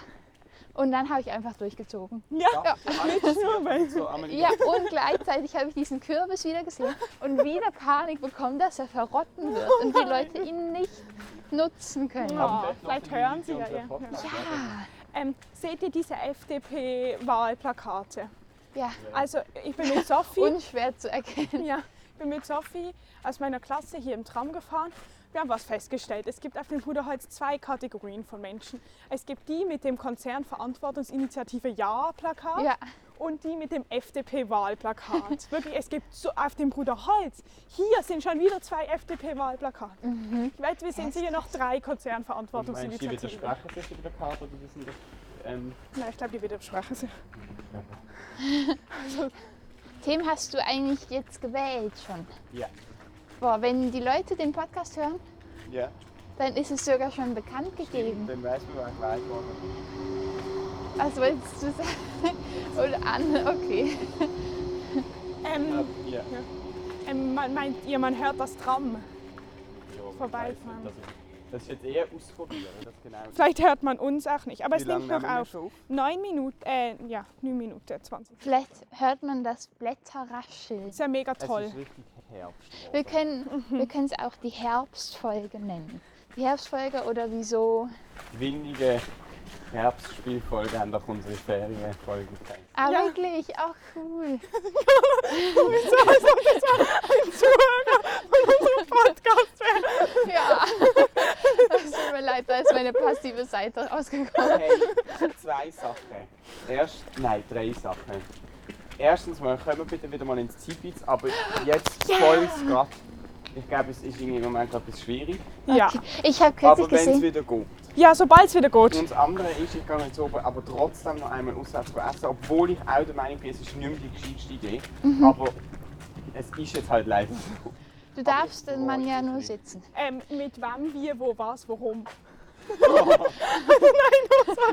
S6: Und dann habe ich einfach durchgezogen.
S1: Ja, mit Schnurrband.
S3: So, Amelie,
S6: Ja, und gleichzeitig habe ich diesen Kürbis wieder gesehen und wieder Panik bekommen, dass er verrotten wird und die Leute ihn nicht nutzen können.
S1: Ja.
S3: Am besten
S1: Oh, vielleicht
S3: noch die
S1: hören sie
S3: Lydia
S1: ja
S3: und
S1: ihr.
S3: der Podcast.
S1: Ähm, seht ihr diese FDP-Wahlplakate?
S6: Ja,
S1: Also ich bin mit Sophie,
S6: unschwer zu erkennen.
S1: ja, ich bin mit Sophie aus meiner Klasse hier im Tram gefahren. Wir haben was festgestellt. Es gibt auf dem Bruderholz zwei Kategorien von Menschen. Es gibt die mit dem Konzernverantwortungsinitiative Ja-Plakat
S6: Ja,
S1: und die mit dem FDP-Wahlplakat. Wirklich, es gibt so auf dem Bruderholz. Hier sind schon wieder zwei FDP-Wahlplakate. Ich weiß, wir sind sicher noch drei
S3: Und meinst du, die
S1: Konzernverantwortungsinitiativen.
S3: widersprechen sich über die Karte oder die sind das, ähm,
S1: Nein, ich glaube, die widersprechen sich.
S6: Themen hast du eigentlich jetzt gewählt schon.
S3: ja.
S6: Boah, wenn die Leute den Podcast hören,
S3: Ja,
S6: dann ist es sogar schon bekannt gegeben.
S3: dann weiß man, wer gewählt worden ist.
S6: Was wolltest du sagen? Oder an? Okay.
S1: Ähm,
S3: Ja.
S1: ähm, man- meint ihr, man hört das Tram?
S3: Ja, man
S1: Vorbeifahren.
S3: weiss nicht, dass ich- Das ist jetzt eher ausprobieren, das genau.
S1: Vielleicht hört man uns auch nicht, aber
S3: Wie
S1: es
S3: lange
S1: nimmt noch
S3: nehmen wir
S1: auf.
S3: schon auf?
S1: Neun Minuten, äh, ja, neun Minuten, 20.
S6: Vielleicht hört man das Blätterrascheln.
S1: Ist ja mega
S3: Es
S1: toll.
S3: ist richtig Herbst.
S6: Wir können wir können es auch die Herbstfolge nennen. Die Herbstfolge oder wieso?
S3: Windige Herbstspielfolge haben doch unsere Ferienfolge gezeigt.
S6: Ah,
S1: Ja.
S6: wirklich? Auch cool.
S1: Podcast
S6: Ja. Es tut mir leid, da ist meine passive Seite rausgekommen.
S3: Hey, zwei Sachen. Erst, nein, drei Sachen. Erstens mal, können wir bitte wieder mal ins Zielbeiz, aber jetzt voll's Grad. Ich glaube, es ist irgendwie im Moment etwas schwierig,
S1: Ja.
S6: Ich habe kürzlich
S3: aber wenn es
S6: gesehen,
S3: wieder geht.
S1: ja, sobald es wieder geht.
S3: Und das andere ist, ich gehe jetzt oben, aber trotzdem noch einmal auswärts essen, obwohl ich auch der Meinung bin, es ist nicht mehr die gescheiteste Idee. Aber es ist jetzt halt leider so.
S6: du darfst den
S3: Oh,
S6: Mann
S3: ich
S6: ja
S3: bin
S6: nur
S3: drin.
S6: sitzen.
S1: Ähm, mit wem, wie, wo, was, warum?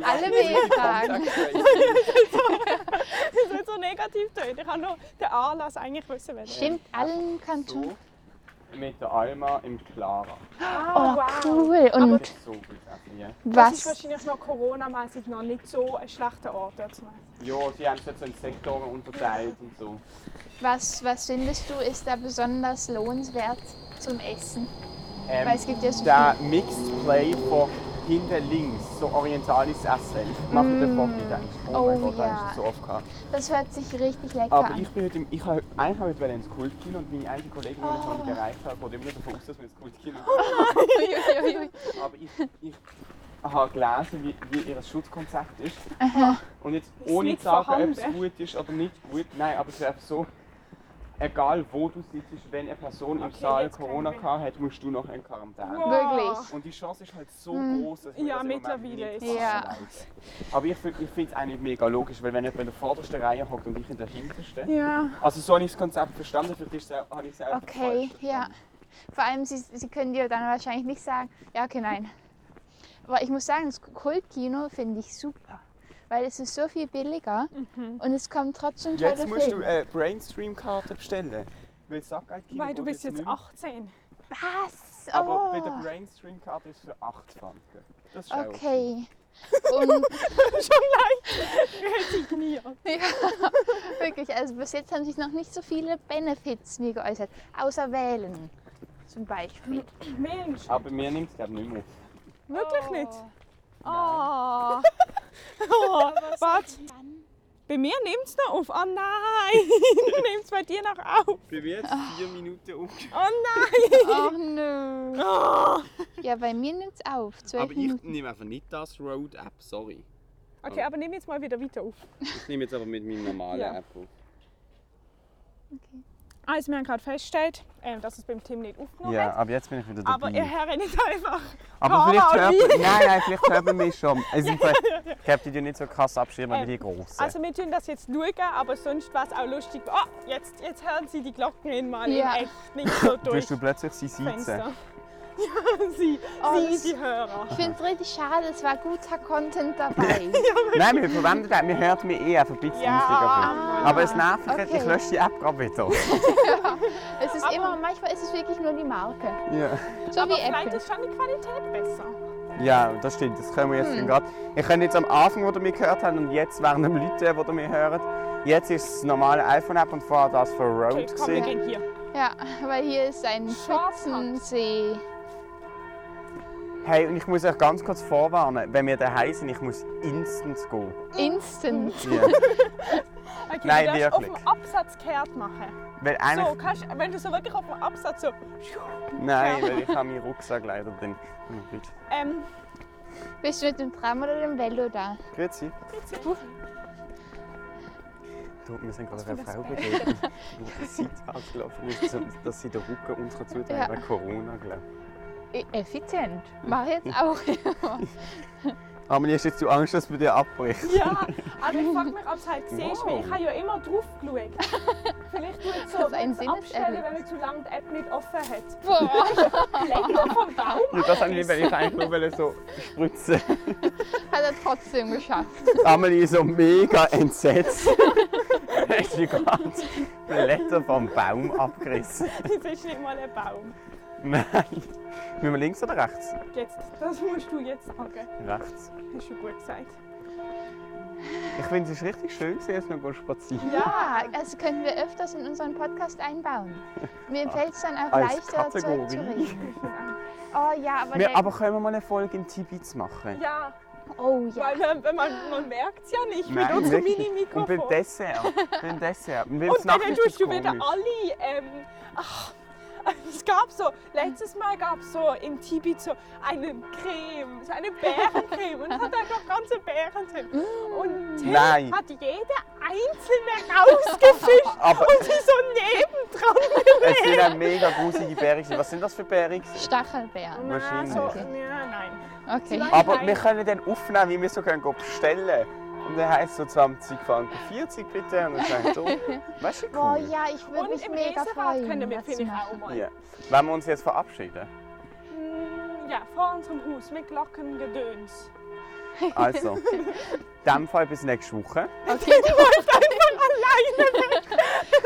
S6: Alle B-Fragen.
S1: Das ist nicht so negativ tönt. Ich habe nur den Anlass eigentlich wissen wollen.
S6: Stimmt allen Kanton.
S3: So, mit der Alma im Clara.
S1: Ah,
S6: Oh, cool.
S3: Das
S6: Und
S3: ist so gut essen, ja.
S1: Das ist
S6: was?
S1: wahrscheinlich noch Corona-mäßig noch nicht so ein schlechter Ort. dort zu machen.
S3: Ja, sie haben es jetzt so in Sektoren unterteilt und so.
S6: Was, was findest du, ist da besonders lohnenswert zum Essen?
S3: Ähm,
S6: Weil es gibt ja so
S3: der Mixed Play von hinten links, so orientalisches Essen. Ich mache den Fock nicht eigentlich. Oh, mein
S6: Mm. Oh
S3: Gott, da
S6: ja.
S3: ist es so oft gehabt.
S6: Das hört sich richtig lecker
S3: Aber
S6: an.
S3: ich bin heute, im, ich habe eigentlich heute wollte ins Kultkino und meine eigene Kollegin, die ich noch
S6: Oh.
S3: nicht erreicht habe, geht immer davon aus, dass wir ins Kultkino gehen. Aber ich, ich habe gelesen, wie, wie ihr Schutzkonzept ist. Und jetzt
S1: Ist
S3: ohne
S1: nicht
S3: zu sagen, ob
S1: vorhanden.
S3: es gut ist oder nicht gut, nein, aber es ist einfach so, egal wo du sitzt, wenn eine Person im
S1: Okay,
S3: Saal
S1: jetzt kann
S3: Corona
S1: ich-
S3: gehabt hat, musst du noch in Quarantäne.
S1: Wow.
S6: Wirklich.
S3: Und die Chance ist halt so groß, dass wir
S1: Ja,
S3: das im Moment
S1: mittlerweile ist
S3: nicht
S1: es
S6: Hm. Ja.
S3: anmelden. Aber ich, find- ich finde es eigentlich mega logisch, weil wenn jemand in der vordersten Reihe hockt und ich in der hintersten,
S1: Ja.
S3: also so habe ich das Konzept verstanden, für dich habe ich es auch
S6: Okay, ja. Vor allem, sie, sie können dir dann wahrscheinlich nicht sagen, ja, okay, nein. Aber ich muss sagen, das Kultkino finde ich super. Weil es ist so viel billiger und es kommt trotzdem
S3: Jetzt
S6: tolle
S3: musst du
S6: Filme.
S3: eine Brainstream-Karte bestellen. Weil es sagt halt, Kino
S1: Weil du
S3: geht
S1: bist jetzt Ah.
S3: nicht mehr.
S1: 18.
S6: Was?
S3: Aber bei der
S6: Oh,
S3: Brainstream-Karte ist es für 8 Franken. Das ist auch
S6: okay. Und
S1: Resigniert.
S6: wirklich, also bis jetzt haben sich noch nicht so viele Benefits mir geäußert. Außer wählen zum Beispiel.
S1: Mensch,
S3: Aber mir nimmt es glaube ich nicht mehr auf.
S1: wirklich nicht.
S3: Nein.
S1: Oh. oh. Warte. Bei mir nimmt es noch auf. Oh nein, nimmt es bei dir noch auf.
S3: Bei mir jetzt
S6: Ah.
S3: 4 Minuten um. auf.
S1: Oh nein.
S6: Oh, nö.
S1: Oh.
S6: Ja, bei mir nimmt es auf. Zwölf
S3: Aber ich
S6: Minuten.
S3: nehme einfach nicht das Road-App, sorry.
S1: Okay, aber nimm jetzt mal wieder weiter auf.
S3: Ich nehme jetzt aber mit meinem normalen
S1: Ja.
S3: App auf.
S1: Also wir haben gerade festgestellt, ähm, dass es beim Tim nicht aufgenommen hat.
S3: aber jetzt bin ich wieder
S1: Aber ihr hört nicht einfach.
S3: Aber vielleicht
S1: Karma und
S3: hört man, nein, nein, vielleicht hört man mich schon. Es ist einfach, ich habe die dir nicht so krass abschirmen
S1: Ähm,
S3: wie die großen.
S1: Also wir tun das jetzt schauen, aber sonst war es auch lustig. Ah, jetzt, jetzt hören sie die Glocken mal
S6: Ja.
S1: in echt nicht so durch
S3: Tust du plötzlich sie sitzen.
S1: Fenster. Ja, sie,
S6: Oh, das-
S1: sie, die Hörer.
S6: Ich finde es richtig schade, es war guter Content dabei.
S3: Nein, wir verwenden das, wir hören mich eh einfach ein bisschen
S1: Ja.
S3: häufiger. Aber es nervt mich,
S6: Okay.
S3: ich lösche die App gerade wieder.
S6: Es ist immer, manchmal ist es wirklich nur die Marke.
S3: ja.
S6: So
S1: Aber
S6: wie
S1: vielleicht
S6: Apple.
S1: ist schon die Qualität besser.
S3: ja, das stimmt, das können wir
S1: Hm.
S3: jetzt gerade. Ich könnte jetzt am Anfang, wo ihr mich gehört habt, und jetzt während dem Leuten, wo ihr mich hört, jetzt ist es das normale iPhone-App und vorher das für Road.
S1: Okay, komm, wir
S3: gewesen.
S1: gehen hier.
S6: Ja, weil hier ist ein Schützensee.
S1: Mhm.
S3: Hey, und ich muss euch ganz kurz vorwarnen, wenn wir daheim sind, ich muss instant gehen.
S6: Instant.
S3: Ja.
S1: Okay,
S3: Nein,
S1: du darfst
S3: wirklich.
S1: auf dem Absatz kehrt machen.
S3: Weil eigentlich
S1: So, kannst, wenn du so wirklich auf dem Absatz so...
S3: Nein, weil ich habe meinen Rucksack leider drin. Gut.
S1: Ähm,
S6: Bist du mit dem Tram oder dem Velo da?
S3: Grüezi. Du, wir sind gerade einer Frau begegnet. die Seit abgelaufen ist, dass sie den Rücken uns zutreibt
S6: Ja.
S3: wegen Corona, glaube
S1: E,
S6: Effizient. Mach jetzt auch.
S3: ich. Amelie, hast du jetzt Angst, dass wir dir abbricht?
S1: ja, aber ich frage mich, ob es halt siehst, weil
S3: Wow.
S1: ich habe ja immer drauf geschaut. Vielleicht tut es so,
S6: ist ein
S1: wenn wir es abstellen, wenn
S6: Sinneserlebnis.
S1: wir zu lange die App nicht offen hat.
S6: Boah.
S1: Länger vom Baum.
S3: Ja, das habe ich, weil ich eigentlich nur so spritzen
S6: Hat er trotzdem geschafft.
S3: Amelie ist so mega entsetzt. Hast du gerade Blätter vom Baum abgerissen?
S1: Das ist nicht mal ein Baum.
S3: Nein. Müssen wir links oder rechts?
S1: Jetzt, das musst du jetzt sagen.
S3: Rechts.
S1: Hast du gut gesagt.
S3: Ich finde, es ist richtig schön, gewesen, dass wir gehen spazieren.
S6: Ja, das Also können wir öfters in unseren Podcast einbauen. Mir fällt es dann auch
S3: Als
S6: leichter zu,
S3: Kategorie.
S6: zu reden. Oh ja, aber,
S3: Wir,
S6: der-
S3: aber können wir mal eine Folge in Tibet machen?
S1: Ja,
S6: oh ja.
S1: weil man, wenn man, man merkt es ja nicht
S3: Nein,
S1: mit unserem
S3: wirklich. Und
S1: Mini-Mikrofon.
S3: beim Dessert. beim Dessert. Und,
S1: Und dann tust du wieder alle. Ähm, ach, Es gab so, letztes Mal gab es so in Tibet so eine Creme, so eine Bärencreme und es hat einfach ganze Bären drin.
S6: Mm.
S1: Und Tim
S3: Nein.
S1: hat jede einzelne rausgefischt
S3: Aber
S1: und sie so nebendran.
S3: es sind ja mega grusige Bären. gewesen. Was sind das für Bären? gewesen?
S6: Stachelbeeren.
S1: Na, so,
S3: Wahrscheinlich.
S1: ja, nein.
S6: Okay.
S3: Aber
S1: Nein.
S3: wir können den aufnehmen, wie wir so können gehen bestellen. Und dann heisst es so 20 Franken 40 bitte. Und dann sagen wir so, weißt du, wie
S6: Oh
S3: cool.
S6: ja, ich würde
S1: Und
S6: mich
S1: im
S6: mega
S1: Leserat
S6: freuen.
S1: können wir,
S6: das
S1: finde ich,
S6: zu
S1: auch
S6: machen.
S1: mal.
S3: Ja. Wollen wir uns jetzt verabschieden?
S1: Mm, Ja, vor unserem Haus mit Glockengedöns.
S3: Also, in dem Fall bis nächste Woche.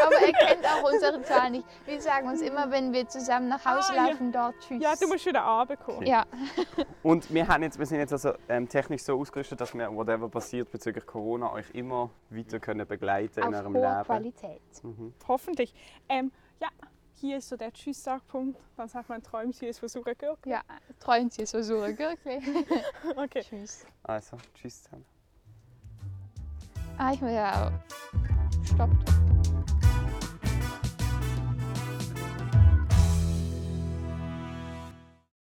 S6: Aber er kennt auch unsere Zahlen nicht. Wir sagen uns immer, wenn wir zusammen nach Hause
S1: Ah, ja.
S6: laufen, dort tschüss.
S1: Ja, du musst wieder runterkommen.
S6: Ja.
S3: Und wir, haben jetzt, wir sind jetzt also ähm, technisch so ausgerüstet, dass wir, whatever passiert bezüglich Corona, euch immer weiter können begleiten in
S6: Mhm. auf
S3: eurem
S6: hohe
S3: Leben.
S6: Qualität.
S1: Hoffentlich. Ähm, ja, hier ist so der Tschüss-Sagpunkt. Dann sagt man, träumt sie es versuchen. Okay.
S6: Ja, treuen Sie so so wirklich.
S1: okay.
S6: Tschüss.
S3: Also, tschüss zusammen.
S6: Ah, ich muss ja auch. Stoppt.